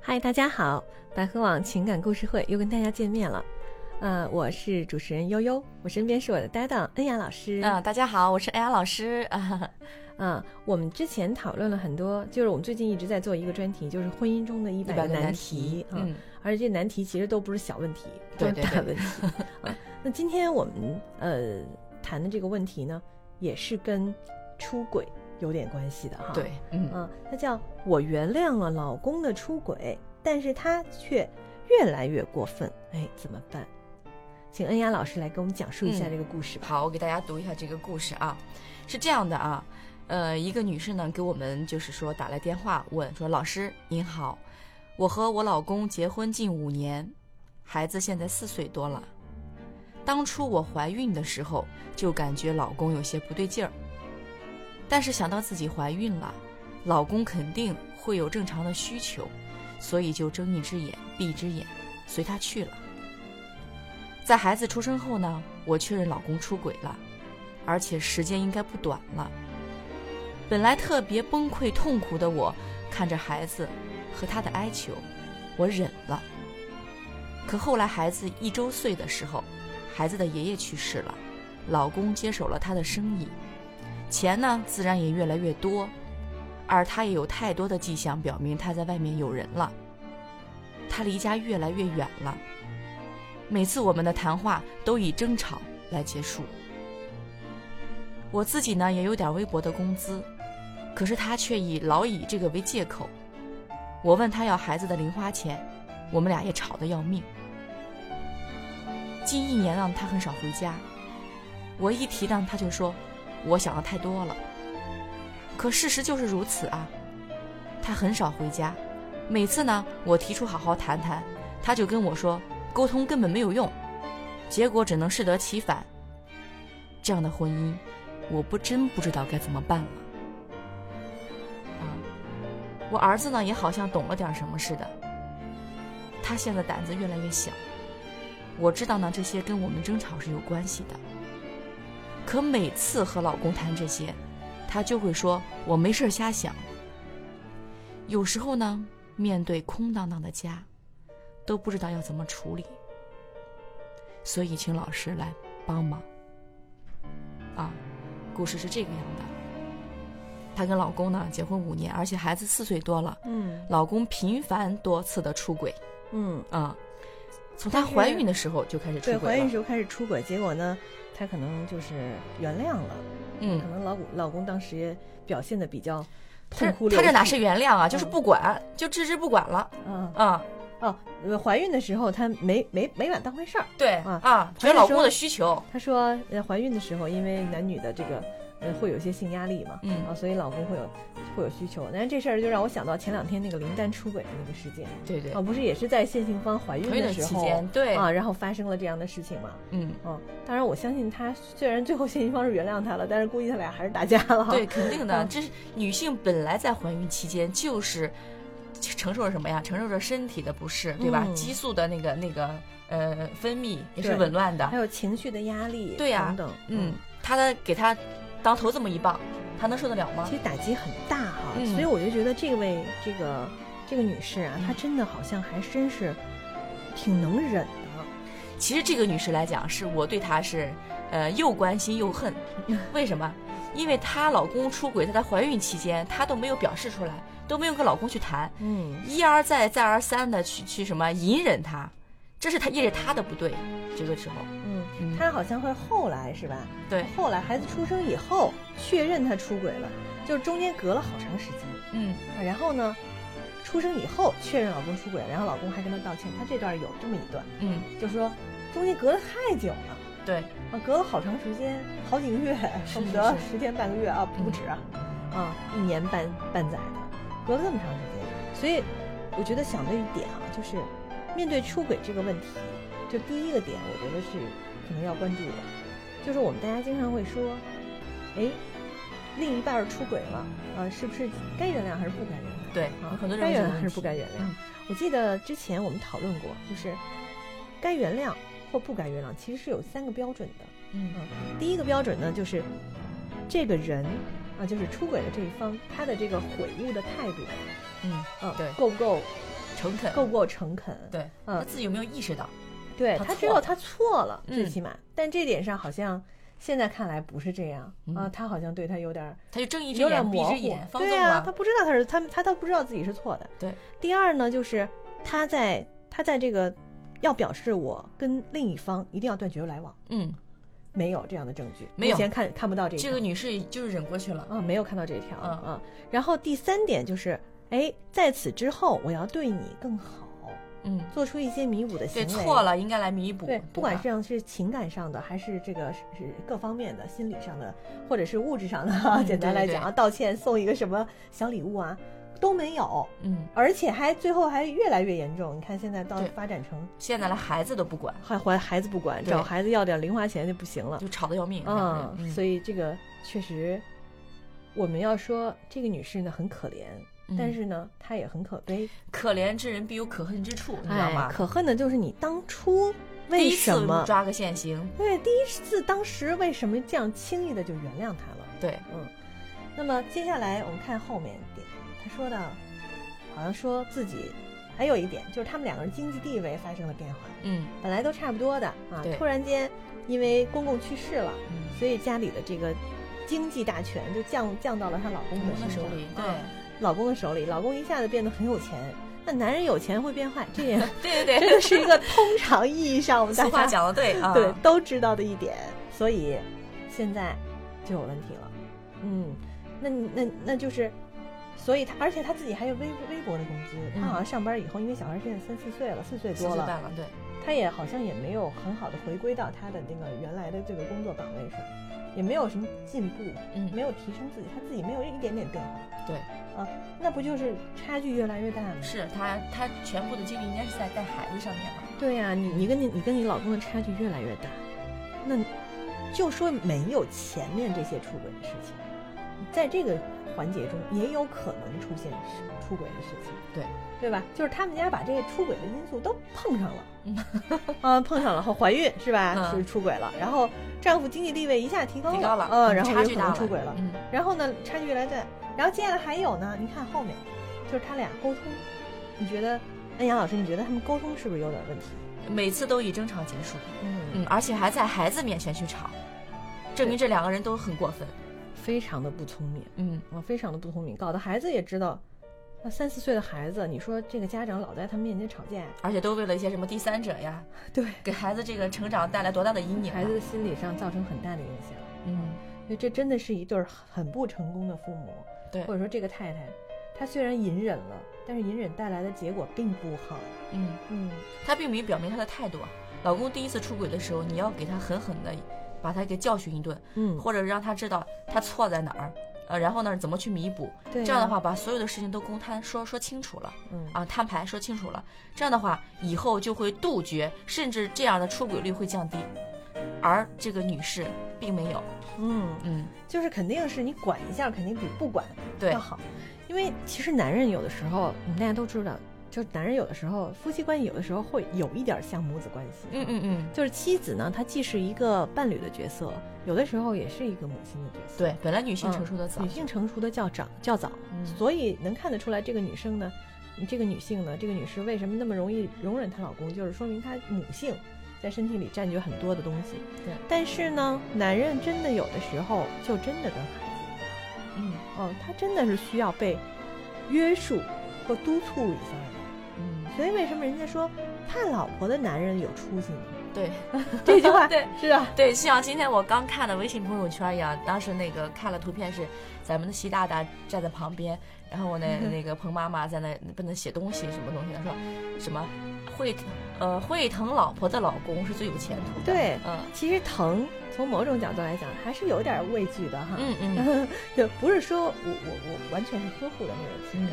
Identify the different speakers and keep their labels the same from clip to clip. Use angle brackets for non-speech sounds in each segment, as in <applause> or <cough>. Speaker 1: 嗨，大家好，百合网情感故事会又跟大家见面了。呃，我是主持人悠悠，我身边是我的搭档恩雅老师。
Speaker 2: 啊、大家好，我是 AI 老师啊。
Speaker 1: 啊，我们之前讨论了很多，就是我们最近一直在做一个专题，就是婚姻中的
Speaker 2: <laughs>
Speaker 1: 一百
Speaker 2: 100
Speaker 1: 个
Speaker 2: 个
Speaker 1: 难
Speaker 2: 难
Speaker 1: 题啊，
Speaker 2: 嗯，
Speaker 1: 而且这难题其实都不是小问题，都
Speaker 2: 对
Speaker 1: 是
Speaker 2: 对
Speaker 1: 大
Speaker 2: 对
Speaker 1: 问
Speaker 2: <laughs>
Speaker 1: 题啊。那今天我们呃谈的这个问题呢，也是跟出轨有点关系的哈。
Speaker 2: 对，嗯，
Speaker 1: 嗯，它叫我原谅了老公的出轨，但是他却越来越过分，哎，怎么办？请恩雅老师来给我们讲述一下
Speaker 2: 嗯
Speaker 1: 这个故事吧。
Speaker 2: 好，我给大家读一下这个故事啊。是这样的啊，呃，一个女士呢给我们就是说打来电话问说，老师您好，我和我老公结婚近五年，孩子现在四岁多了。当初我怀孕的时候就感觉老公有些不对劲儿，但是想到自己怀孕了，老公肯定会有正常的需求，所以就睁一只眼闭一只眼，随他去了。在孩子出生后呢，我确认老公出轨了，而且时间应该不短了。本来特别崩溃痛苦的我，看着孩子和他的哀求，我忍了。可后来孩子一周岁的时候，孩子的爷爷去世了，老公接手了他的生意，钱呢自然也越来越多，而他也有太多的迹象表明他在外面有人了，他离家越来越远了。每次我们的谈话都以争吵来结束。我自己呢也有点微薄的工资，可是他却以老以这个为借口。我问他要孩子的零花钱，我们俩也吵得要命。近一年呢，他很少回家，我一提呢，他就说我想的太多了。可事实就是如此啊，他很少回家，每次呢，我提出好好谈谈，他就跟我说沟通根本没有用，结果只能适得其反。这样的婚姻，我不真不知道该怎么办了。啊，我儿子呢也好像懂了点什么似的，他现在胆子越来越小。我知道呢，这些跟我们争吵是有关系的。可每次和老公谈这些，他就会说我没事儿瞎想。有时候呢，面对空荡荡的家，都不知道要怎么处理，所以请老师来帮忙。啊，故事是这个样的：她跟老公呢结婚五年，而且孩子四岁多了，
Speaker 1: 嗯
Speaker 2: 老公频繁多次的出轨
Speaker 1: 嗯，
Speaker 2: 啊，从她
Speaker 1: 但是
Speaker 2: 怀孕的时候就开始
Speaker 1: 对，
Speaker 2: 出
Speaker 1: 怀
Speaker 2: 轨
Speaker 1: 孕
Speaker 2: 了，
Speaker 1: 时候开始出轨，结果呢，她可能就是原谅了，
Speaker 2: 嗯
Speaker 1: 可。能老公老公当时也表现的比较
Speaker 2: 她
Speaker 1: 痛哭流涕。嗯
Speaker 2: 她这哪是原谅啊，就是不管，就置之不管了
Speaker 1: 啊
Speaker 2: 啊！
Speaker 1: 哦，呃怀孕的时候她没没没把当回事儿。
Speaker 2: 对
Speaker 1: 啊
Speaker 2: 啊，觉得老公的需求，
Speaker 1: 她说，呃，怀孕的时候因为男女的这个呃会有一些性压力嘛，
Speaker 2: 嗯
Speaker 1: 啊，所以老公会有会有需求。但是这事儿就让我想到前两天那个林丹出轨的那个事件，
Speaker 2: 对对
Speaker 1: 啊，不是也是在谢杏芳怀孕
Speaker 2: 怀孕
Speaker 1: 的
Speaker 2: 的
Speaker 1: 时
Speaker 2: 期
Speaker 1: 候
Speaker 2: 间，对，
Speaker 1: 啊，然后发生了这样的事情嘛。
Speaker 2: 嗯，
Speaker 1: 嗯，当然我相信他，虽然最后谢杏芳是原谅他了，但是估计他俩还是打架了。
Speaker 2: 对，，肯定的
Speaker 1: 嗯。
Speaker 2: 这是女性本来在怀孕期间就是承受着什么呀？承受着身体的不适，对吧？
Speaker 1: 嗯
Speaker 2: 激素的那个那个呃分泌也是
Speaker 1: 对
Speaker 2: 紊乱的
Speaker 1: <laughs> 还。有情绪的压力，
Speaker 2: 对呀
Speaker 1: 等等，
Speaker 2: 嗯，她的给她当头这么一棒，她能受得了吗
Speaker 1: 嗯其？实打击很大哈、
Speaker 2: 嗯
Speaker 1: 所以我就觉得这位这个这个女士啊，
Speaker 2: 嗯
Speaker 1: 她真的好像还真是挺能忍的。
Speaker 2: 其实这个女士来讲，是我对她是呃又关心又恨。
Speaker 1: 嗯
Speaker 2: 为什么？因为她老公出轨，在她怀孕期间，她都没有表示出来，都没有跟老公去谈，
Speaker 1: 嗯，
Speaker 2: 一而再再而三的去去什么隐忍他，这是她也是她的不对。这个时候，
Speaker 1: 嗯，
Speaker 2: 嗯
Speaker 1: 她好像会后来是吧？
Speaker 2: 对，
Speaker 1: 后来孩子出生以后确认她出轨了，就是中间隔了好长时间。
Speaker 2: 嗯。
Speaker 1: 啊然后呢，出生以后确认老公出轨，然后老公还跟她道歉。她这段有这么一段，
Speaker 2: 嗯
Speaker 1: 就说中间隔了太久了。，
Speaker 2: 对，
Speaker 1: 啊，隔了好长时间，好几个月，
Speaker 2: 是
Speaker 1: 恨不
Speaker 2: 是
Speaker 1: 得
Speaker 2: 是
Speaker 1: 十天半个月啊，不
Speaker 2: 嗯
Speaker 1: 止啊，啊，一年半半载的，隔了这么长时间，所以我觉得想到一点啊，就是面对出轨这个问题，就第一个点，我觉得是可能要关注的，就是我们大家经常会说，哎，另一半儿出轨了，啊，是不是该原谅还是不该原谅？
Speaker 2: 对，
Speaker 1: 啊，
Speaker 2: 很多
Speaker 1: 该
Speaker 2: 人
Speaker 1: 原
Speaker 2: 有
Speaker 1: 谅
Speaker 2: 这个
Speaker 1: 还是不啊该
Speaker 2: 问题
Speaker 1: 原谅？
Speaker 2: 嗯
Speaker 1: 我记得之前我们讨论过，就是该原谅或不该原谅，其实是有三个标准的。
Speaker 2: 嗯
Speaker 1: 第一个标准呢，就是这个人啊，就是出轨的这一方，他的这个悔悟的态度，
Speaker 2: 嗯，
Speaker 1: 啊，
Speaker 2: 对
Speaker 1: 够不够
Speaker 2: 诚恳，
Speaker 1: 够不够诚恳？
Speaker 2: 对，
Speaker 1: 嗯
Speaker 2: 他自己有没有意识到？
Speaker 1: 对
Speaker 2: 他
Speaker 1: 他知
Speaker 2: 错
Speaker 1: 道
Speaker 2: 了
Speaker 1: 他错了，最
Speaker 2: 嗯
Speaker 1: 起码，但这点上好像现在看来不是这样啊，
Speaker 2: 嗯
Speaker 1: 他好像对他有点儿
Speaker 2: 他就睁一只
Speaker 1: 有点
Speaker 2: 眼闭一
Speaker 1: 模
Speaker 2: 只
Speaker 1: 糊
Speaker 2: 眼，，放纵
Speaker 1: 对啊，他不知道他是他他倒不知道自己是错的。
Speaker 2: 对，
Speaker 1: 第二呢，就是他在他在这个要表示我跟另一方一定要断绝来往，
Speaker 2: 嗯，
Speaker 1: 没有这样的证据，
Speaker 2: 没有
Speaker 1: 目前看看不到这一
Speaker 2: 这
Speaker 1: 条
Speaker 2: 个女士就是忍过去了。
Speaker 1: 啊，没有看到这一条
Speaker 2: 嗯
Speaker 1: 啊。然后第三点就是，哎，在此之后我要对你更好，
Speaker 2: 嗯，
Speaker 1: 做出一些弥补的行
Speaker 2: 对，
Speaker 1: 为。
Speaker 2: 错。了应该来弥补。
Speaker 1: 对，不管
Speaker 2: 吧
Speaker 1: 是是情感上的，还是这个是是各方面的，心理上的，或者是物质上的啊，
Speaker 2: 嗯
Speaker 1: 简单
Speaker 2: 对
Speaker 1: 来
Speaker 2: 对
Speaker 1: 讲啊，道歉送一个什么小礼物啊，都没有，
Speaker 2: 嗯，
Speaker 1: 而且还最后还越来越严重。你看现在到
Speaker 2: 对
Speaker 1: 发展成
Speaker 2: 现在的孩子都不管，
Speaker 1: 还还孩子不管，
Speaker 2: 对嗯
Speaker 1: 找孩子要点零花钱就不行了。
Speaker 2: 就吵得要命。
Speaker 1: 啊，所
Speaker 2: 以
Speaker 1: 以这个确实，我们要说这个女士呢很可怜，但是呢她也很可悲。
Speaker 2: 嗯可怜之人必有可恨之处，你知道吗？
Speaker 1: 哎可恨的就是你当初
Speaker 2: 哎第
Speaker 1: 为
Speaker 2: 一
Speaker 1: 什
Speaker 2: 次
Speaker 1: 么
Speaker 2: 抓个现行，
Speaker 1: 对第一次当时为什么这样轻易的就原谅她了？
Speaker 2: 对，
Speaker 1: 嗯，那么接下来我们看后面一点，她说的，好像说自己还有一点就是他们两个人经济地位发生了变化，
Speaker 2: 嗯
Speaker 1: 本来都差不多的啊
Speaker 2: 对，
Speaker 1: 突然间因为公公去世了。
Speaker 2: 嗯，
Speaker 1: 所以家里的这个经济大权就降降到了她老公的
Speaker 2: 我们的
Speaker 1: 身上
Speaker 2: 手里，
Speaker 1: 啊
Speaker 2: 对
Speaker 1: 老公的手里，老公一下子变得很有钱。那男人有钱会变坏，这
Speaker 2: <laughs>
Speaker 1: 点
Speaker 2: 对对
Speaker 1: 真的是一个通常意义上我们
Speaker 2: 对，
Speaker 1: <laughs> 大
Speaker 2: 俗话
Speaker 1: 家
Speaker 2: 讲的对啊，
Speaker 1: 对都知道的一点，所以现在就有问题了。嗯，那你那那就是，所以他而且他自己还有微微薄的工资，他好像上班以后，因为小孩现在三四岁了，四岁
Speaker 2: 四
Speaker 1: 多
Speaker 2: 岁
Speaker 1: 了，
Speaker 2: 半了，对，
Speaker 1: 他也好像也没有很好的回归到他的那个原来的这个工作岗位上，也没有什么进步，
Speaker 2: 嗯
Speaker 1: 没有提升自己，他自己没有一点点变化。
Speaker 2: 对，
Speaker 1: 啊，那不就是差距越来越大吗？
Speaker 2: 是他他全部的精力应该是在带孩子上面嘛，
Speaker 1: 对呀、你你跟你你跟你老公的差距越来越大，那就说没有前面这些出轨的事情，在这个环节中也有可能出现出轨的事情，
Speaker 2: 对
Speaker 1: 对吧？就是他们家把这些出轨的因素都碰上了，嗯，碰上了后怀孕是吧？
Speaker 2: 嗯
Speaker 1: 是出轨了，然后丈夫经济地位一下提高了，
Speaker 2: 提高了，
Speaker 1: 嗯，然后
Speaker 2: 差
Speaker 1: 有
Speaker 2: 距
Speaker 1: 可
Speaker 2: 大
Speaker 1: 能出轨了，
Speaker 2: 嗯，
Speaker 1: 然后呢差距越来越大，然后接下来还有呢，你看后面就是他俩沟通，你觉得？恩阳老师，你觉得他们沟通是不是有点问题？
Speaker 2: 每次都以争吵结束，
Speaker 1: 嗯，
Speaker 2: 嗯，而且还在孩子面前去吵，证明这两个人都很过分，
Speaker 1: 非常的不聪明
Speaker 2: 嗯，
Speaker 1: 啊，非常的不聪明，搞得孩子也知道，那三四岁的孩子，你说这个家长老在他们面前吵架，
Speaker 2: 而且都为了一些什么第三者呀，
Speaker 1: 对
Speaker 2: 给孩子这个成长带来多大的阴影啊，
Speaker 1: 孩子的心理上造成很大的影响。
Speaker 2: 嗯，
Speaker 1: 所以这真的是一对儿很不成功的父母，
Speaker 2: 对
Speaker 1: 或，者说这个太太，她虽然隐忍了，但是隐忍带来的结果并不好。
Speaker 2: 嗯。
Speaker 1: 嗯，
Speaker 2: 她并没有表明她的态度啊。老公第一次出轨的时候，你要给他狠狠的把他给教训一顿，
Speaker 1: 嗯
Speaker 2: 或者让他知道他错在哪儿，呃，然后呢怎么去弥补。
Speaker 1: 对啊
Speaker 2: 这样的
Speaker 1: 呀
Speaker 2: 话，，把所有的事情都公摊说说清楚了
Speaker 1: 嗯
Speaker 2: 啊，摊牌说清楚了。这样的话，以后就会杜绝，甚至这样的出轨率会降低。而这个女士并没有，
Speaker 1: 嗯，
Speaker 2: 嗯，
Speaker 1: 就是肯定是你管一下，肯定比不管
Speaker 2: 对
Speaker 1: 要，好，因为其实男人有的时候，我们大家都知道，就是男人有的时候夫妻关系有的时候会有一点像母子关系，
Speaker 2: 嗯嗯嗯，
Speaker 1: 就是妻子呢，她既是一个伴侣的角色，有的时候也是一个母亲的角色。
Speaker 2: 对，本来女性
Speaker 1: 嗯
Speaker 2: 成熟的早
Speaker 1: 女，性成熟的较早，较早，
Speaker 2: 嗯
Speaker 1: 所以能看得出来，这个女生呢，这个女性呢，这个女士为什么那么容易容忍她老公，就是说明她母性在身体里占据很多的东西。
Speaker 2: 对，
Speaker 1: 但是呢，男人真的有的时候就真的跟孩子一样。
Speaker 2: 嗯
Speaker 1: 哦，他真的是需要被约束和督促一下的。
Speaker 2: 嗯，
Speaker 1: 所以为什么人家说怕老婆的男人有出息呢？
Speaker 2: <laughs> 对。
Speaker 1: 这句话
Speaker 2: 对
Speaker 1: 是啊，
Speaker 2: 对，就像今天我刚看的微信朋友圈一样，当时那个看了图片是咱们的习大大站在旁边，然后我那那个彭妈妈在那不能写东西什么东西，她说什么会疼呃会疼老婆的老公是最有前途的，
Speaker 1: 对
Speaker 2: 嗯
Speaker 1: <laughs> 其实疼从某种角度来讲还是有点畏惧的哈。
Speaker 2: 嗯嗯，
Speaker 1: 就不是说我我我完全是呵护的那种情感。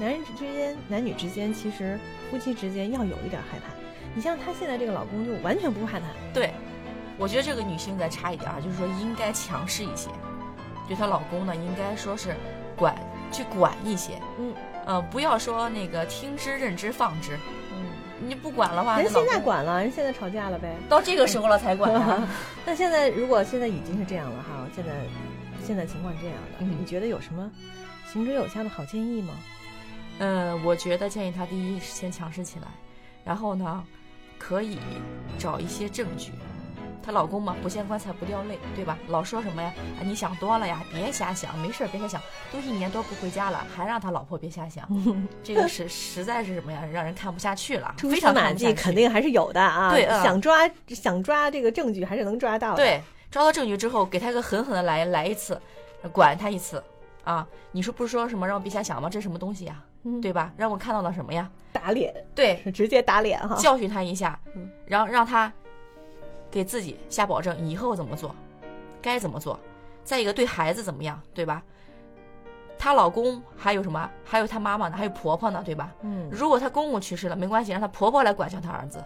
Speaker 1: 男人之间、男女之间，其实夫妻之间要有一点害怕。你像她现在这个老公就完全不怕她，
Speaker 2: 对，我觉得这个女性再差一点儿，啊就是说应该强势一些，对她老公呢应该说是管去管一些，
Speaker 1: 嗯
Speaker 2: 呃不要说那个听之任之放之，
Speaker 1: 嗯，
Speaker 2: 你不管的话，
Speaker 1: 人
Speaker 2: 那老
Speaker 1: 现在
Speaker 2: 公
Speaker 1: 管了，人现在吵架了呗。
Speaker 2: 到这个时候了才管
Speaker 1: <laughs>
Speaker 2: 啊
Speaker 1: 那现在如果现在已经是这样了哈，现在现在情况是这样的，
Speaker 2: 嗯
Speaker 1: 你觉得有什么行之有效的好建议吗？
Speaker 2: 嗯，我觉得建议他第一是先强势起来，然后呢，可以找一些证据。她老公嘛，不见棺材不掉泪，对吧？老说什么呀？啊，你想多了呀，别瞎想，没事儿别瞎想，都一年多不回家了，还让他老婆别瞎想，
Speaker 1: <laughs>
Speaker 2: 这个是实在是什么呀？让人看不下去了，
Speaker 1: 蛛
Speaker 2: 非
Speaker 1: 丝
Speaker 2: 常看
Speaker 1: 马
Speaker 2: 不下
Speaker 1: 迹
Speaker 2: 去
Speaker 1: 肯定还是有的啊。
Speaker 2: 对啊
Speaker 1: 想抓想抓这个证据还是能抓到的。，
Speaker 2: 对，抓到证据之后，给他一个狠狠的来来一次，管他一次啊！你说不是说什么让我别瞎想吗？这什么东西呀、
Speaker 1: 嗯
Speaker 2: 对吧？让我看到了什么呀？
Speaker 1: 打脸
Speaker 2: 对，
Speaker 1: 是直接打脸哈。
Speaker 2: 教训他一下
Speaker 1: 啊嗯，
Speaker 2: 然后让他给自己下保证，以后怎么做，该怎么做。再一个，对孩子怎么样，对吧？她老公还有什么？还有她妈妈呢？还有婆婆呢，对吧？
Speaker 1: 嗯
Speaker 2: 如果她公公去世了，没关系，让她婆婆来管教她儿子，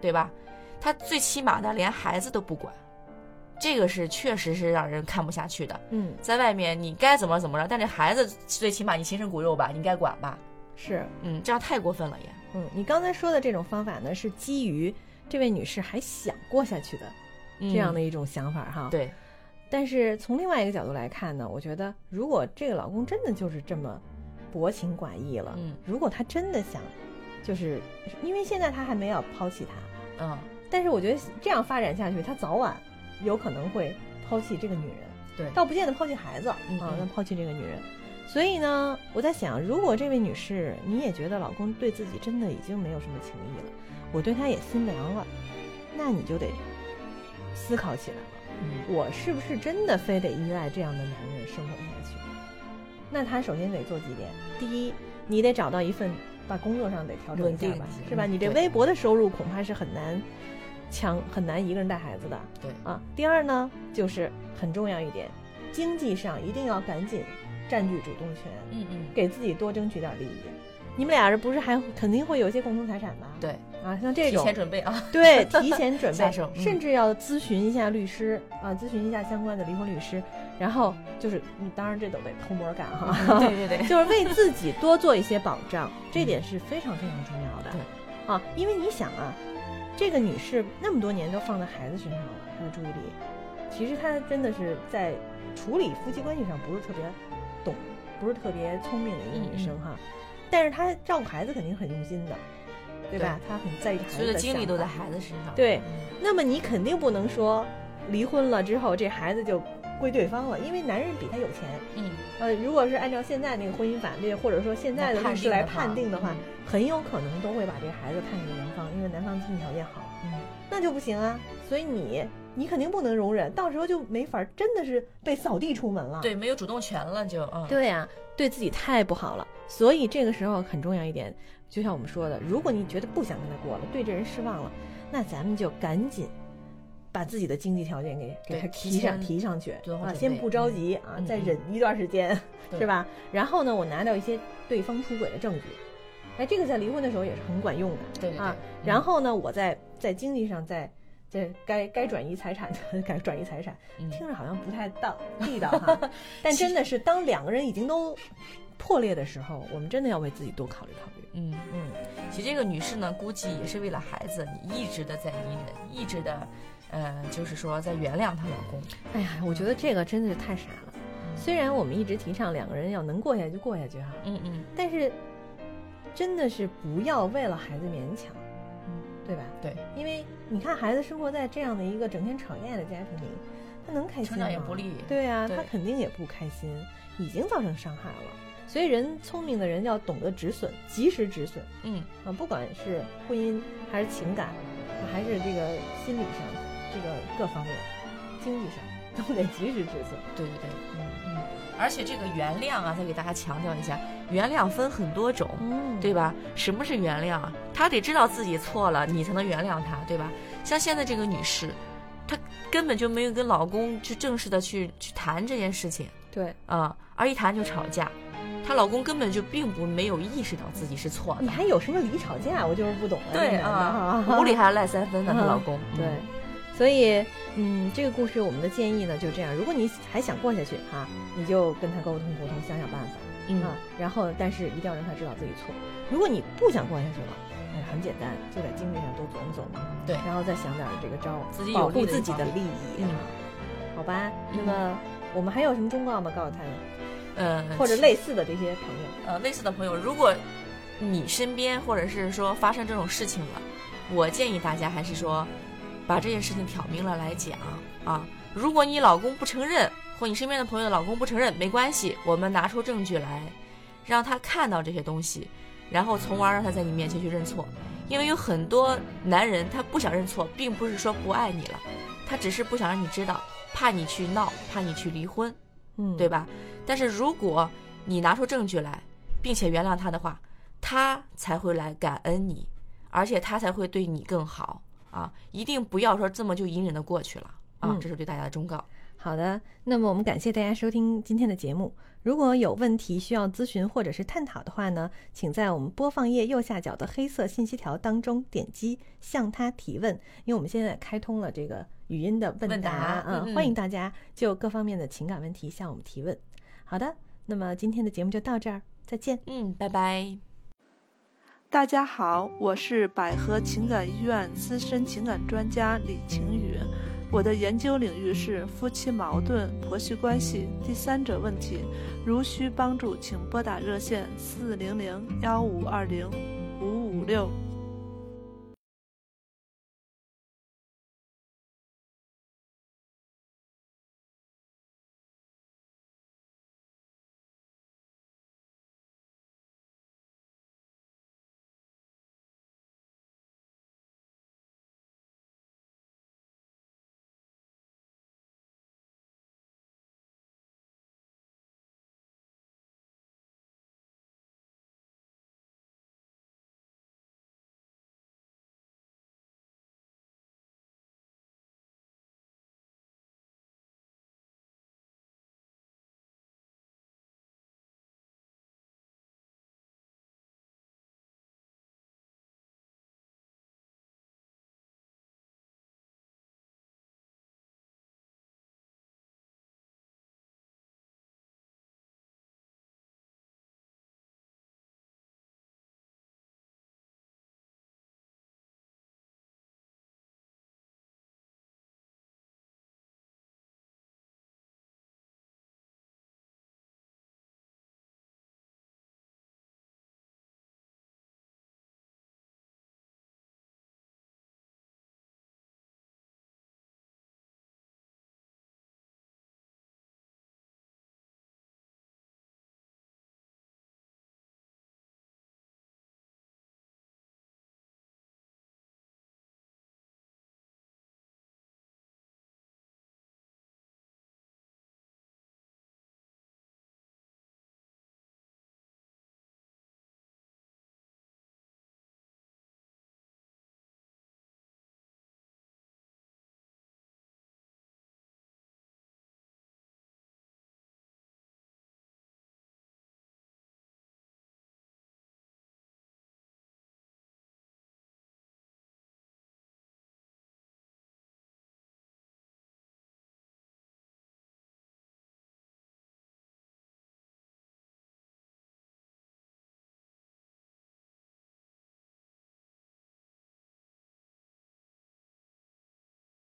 Speaker 2: 对吧？她最起码的连孩子都不管，这个是确实是让人看不下去的。
Speaker 1: 嗯，
Speaker 2: 在外面你该怎么怎么着，但这孩子最起码你亲生骨肉吧，你该管吧。
Speaker 1: 是。
Speaker 2: 嗯，这样太过分了也。
Speaker 1: 嗯，你刚才说的这种方法呢，是基于这位女士还想过下去的
Speaker 2: 嗯
Speaker 1: 这样的一种想法哈。。
Speaker 2: 对，
Speaker 1: 但是从另外一个角度来看呢，我觉得如果这个老公真的就是这么薄情寡义了，
Speaker 2: 嗯
Speaker 1: 如果他真的想，就是因为现在他还没有抛弃他，
Speaker 2: 嗯，
Speaker 1: 但是我觉得这样发展下去，他早晚有可能会抛弃这个女人，
Speaker 2: 对
Speaker 1: 倒不见得抛弃孩子
Speaker 2: 嗯
Speaker 1: 啊
Speaker 2: 嗯，
Speaker 1: 那抛弃这个女人。所以呢，我在想，如果这位女士你也觉得老公对自己真的已经没有什么情谊了，我对他也心凉了，那你就得思考起来了。
Speaker 2: 嗯
Speaker 1: 我是不是真的非得依赖这样的男人生活下去？那他首先得做几点：第一，你得找到一份把工作上得调整一下
Speaker 2: 稳定
Speaker 1: 吧，
Speaker 2: 的
Speaker 1: 是吧？
Speaker 2: 嗯
Speaker 1: 你这
Speaker 2: 对
Speaker 1: 微薄的收入恐怕是很难强很难一个人带孩子的
Speaker 2: 对，
Speaker 1: 啊。第二呢，就是很重要一点，经济上一定要赶紧占据主动权，
Speaker 2: 嗯嗯，
Speaker 1: 给自己多争取点利益。你们俩人不是还肯定会有一些共同财产吧？
Speaker 2: 对，
Speaker 1: 啊，像这
Speaker 2: 提
Speaker 1: 种
Speaker 2: 前 <laughs> 准备啊。
Speaker 1: 对，提前准
Speaker 2: 下
Speaker 1: 备
Speaker 2: 手，嗯
Speaker 1: 甚至要咨询一下律师啊，咨询一下相关的离婚律师，然后就是，嗯当然这都得偷摸干 <laughs> 哈，
Speaker 2: 对对对，
Speaker 1: 嗯就是为自己多做一些保障，这点是非常非常重要的。啊，因为你想啊，这个女士那么多年都放在孩子身上了，她的注意力，其实她真的是在处理夫妻关系上不是特别懂，不是特别聪明的一个女生哈，但是她照顾孩子肯定很用心的。对吧？她很在意孩子
Speaker 2: 所有的精力
Speaker 1: 想
Speaker 2: 都
Speaker 1: 法
Speaker 2: 在孩子身上。
Speaker 1: 对
Speaker 2: 嗯，
Speaker 1: 那么你肯定不能说离婚了之后这孩子就归对方了，因为男人比他有钱。
Speaker 2: 嗯，
Speaker 1: 呃，如果是按照现在那个婚姻法律，或者说现在的嗯律师来判定的话，很有可能都会把这孩子判给男方，因为男方经济条件好，
Speaker 2: 嗯，
Speaker 1: 那就不行啊。所以你你肯定不能容忍，到时候就没法，真的是被扫地出门了。
Speaker 2: 对，没有主动权了就，嗯，
Speaker 1: 对呀、对自己太不好了。所以这个时候很重要一点，就像我们说的，如果你觉得不想跟他过了，对这人失望了，那咱们就赶紧把自己的经济条件给给
Speaker 2: 对
Speaker 1: 他
Speaker 2: 提
Speaker 1: 提上
Speaker 2: 前
Speaker 1: 提上去
Speaker 2: 做好
Speaker 1: 啊，
Speaker 2: 准
Speaker 1: 先
Speaker 2: 备
Speaker 1: 不着急啊，
Speaker 2: 嗯
Speaker 1: 再
Speaker 2: 嗯
Speaker 1: 忍一段时间，
Speaker 2: 对
Speaker 1: 是吧？然后呢，我拿到一些对方出轨的证据，哎，这个在离婚的时候也是很管用的。
Speaker 2: 对对
Speaker 1: 啊
Speaker 2: 对，嗯
Speaker 1: 然后呢，我在在经济上在。这该该转移财产的 <laughs> 该转移财产，
Speaker 2: 嗯
Speaker 1: 听着好像不太道地道 <laughs> 哈，但真的是当两个人已经都破裂的时候，我们真的要为自己多考虑考虑。
Speaker 2: 嗯，
Speaker 1: 嗯，
Speaker 2: 其实这个女士呢，估计也是为了孩子，你一直的在隐忍，一直的，呃，就是说在原谅她老公。
Speaker 1: 哎呀，我觉得这个真的是太傻了。虽然我们一直提倡两个人要能过下去就过下去哈，
Speaker 2: 嗯嗯，
Speaker 1: 但是真的是不要为了孩子勉强，
Speaker 2: 嗯
Speaker 1: 对吧？
Speaker 2: 对，
Speaker 1: 因为你看孩子生活在这样的一个整天吵架的家庭里，他能开心吗？
Speaker 2: 成长也不利
Speaker 1: 对啊，
Speaker 2: 对
Speaker 1: 他肯定也不开心，已经造成伤害了。所以人聪明的人要懂得止损，及时止损
Speaker 2: 嗯，
Speaker 1: 啊，不管是婚姻还是情感，啊还是这个心理上，这个各方面，经济上都得及时止损。
Speaker 2: 对对对，
Speaker 1: 嗯
Speaker 2: 嗯，而且这个原谅啊，再给大家强调一下，原谅分很多种。
Speaker 1: 嗯
Speaker 2: 对吧？什么是原谅啊？他得知道自己错了，你才能原谅他，对吧？像现在这个女士，她根本就没有跟老公去正式的去去谈这件事情
Speaker 1: 对，
Speaker 2: 啊、而一谈就吵架，她老公根本就并不没有意识到自己是错
Speaker 1: 你
Speaker 2: 的，
Speaker 1: 还有什么理吵架？我就是不懂了。
Speaker 2: 对
Speaker 1: 这男的
Speaker 2: 啊，无理还赖三分呢，她
Speaker 1: 嗯
Speaker 2: 老公，
Speaker 1: <laughs> 对，所以嗯，这个故事我们的建议呢就这样，如果你还想过下去哈、你就跟他沟通沟通，想想办法
Speaker 2: 嗯，
Speaker 1: 啊。然后，但是一定要让他知道自己错。如果你不想过下去了，哎，很简单，就在经济上多琢磨琢磨，
Speaker 2: 对
Speaker 1: 然后再想点儿这个招儿，
Speaker 2: 自己有
Speaker 1: 保
Speaker 2: 利
Speaker 1: 护
Speaker 2: 的
Speaker 1: 自
Speaker 2: 一
Speaker 1: 己
Speaker 2: 方
Speaker 1: 的
Speaker 2: 面
Speaker 1: 利益
Speaker 2: 嗯
Speaker 1: 啊，好吧？那
Speaker 2: 嗯
Speaker 1: 么我们还有什么忠告吗？告诉他们，
Speaker 2: 嗯呃，
Speaker 1: 或者类似的这些朋友。
Speaker 2: 呃类似的朋友，如果你身边或者是说发生这种事情了，我建议大家还是说把这些事情挑明了来讲啊。如果你老公不承认，或你身边的朋友的老公不承认，没关系，我们拿出证据来，让他看到这些东西，然后从而让他在你面前去认错。因为有很多男人他不想认错，并不是说不爱你了，他只是不想让你知道，怕你去闹，怕你去离婚。
Speaker 1: 嗯
Speaker 2: 对吧？但是如果你拿出证据来，并且原谅他的话，他才会来感恩你，而且他才会对你更好啊！一定不要说这么就隐忍的过去了啊！
Speaker 1: 嗯
Speaker 2: 这是对大家的忠告。
Speaker 1: 好的，那么我们感谢大家收听今天的节目。如果有问题需要咨询或者是探讨的话呢，请在我们播放页右下角的黑色信息条当中点击向他提问，因为我们现在开通了这个语音的问
Speaker 2: 问答
Speaker 1: 嗯，
Speaker 2: 嗯嗯
Speaker 1: 欢迎大家就各方面的情感问题向我们提问。好的，那么今天的节目就到这儿，再见。
Speaker 2: 嗯，拜拜。
Speaker 3: 大家好，我是百合情感医院资深情感专家李晴雨，我的研究领域是夫妻矛盾、婆媳关系、第三者问题。如需帮助，请拨打热线四零零幺五二零五五六。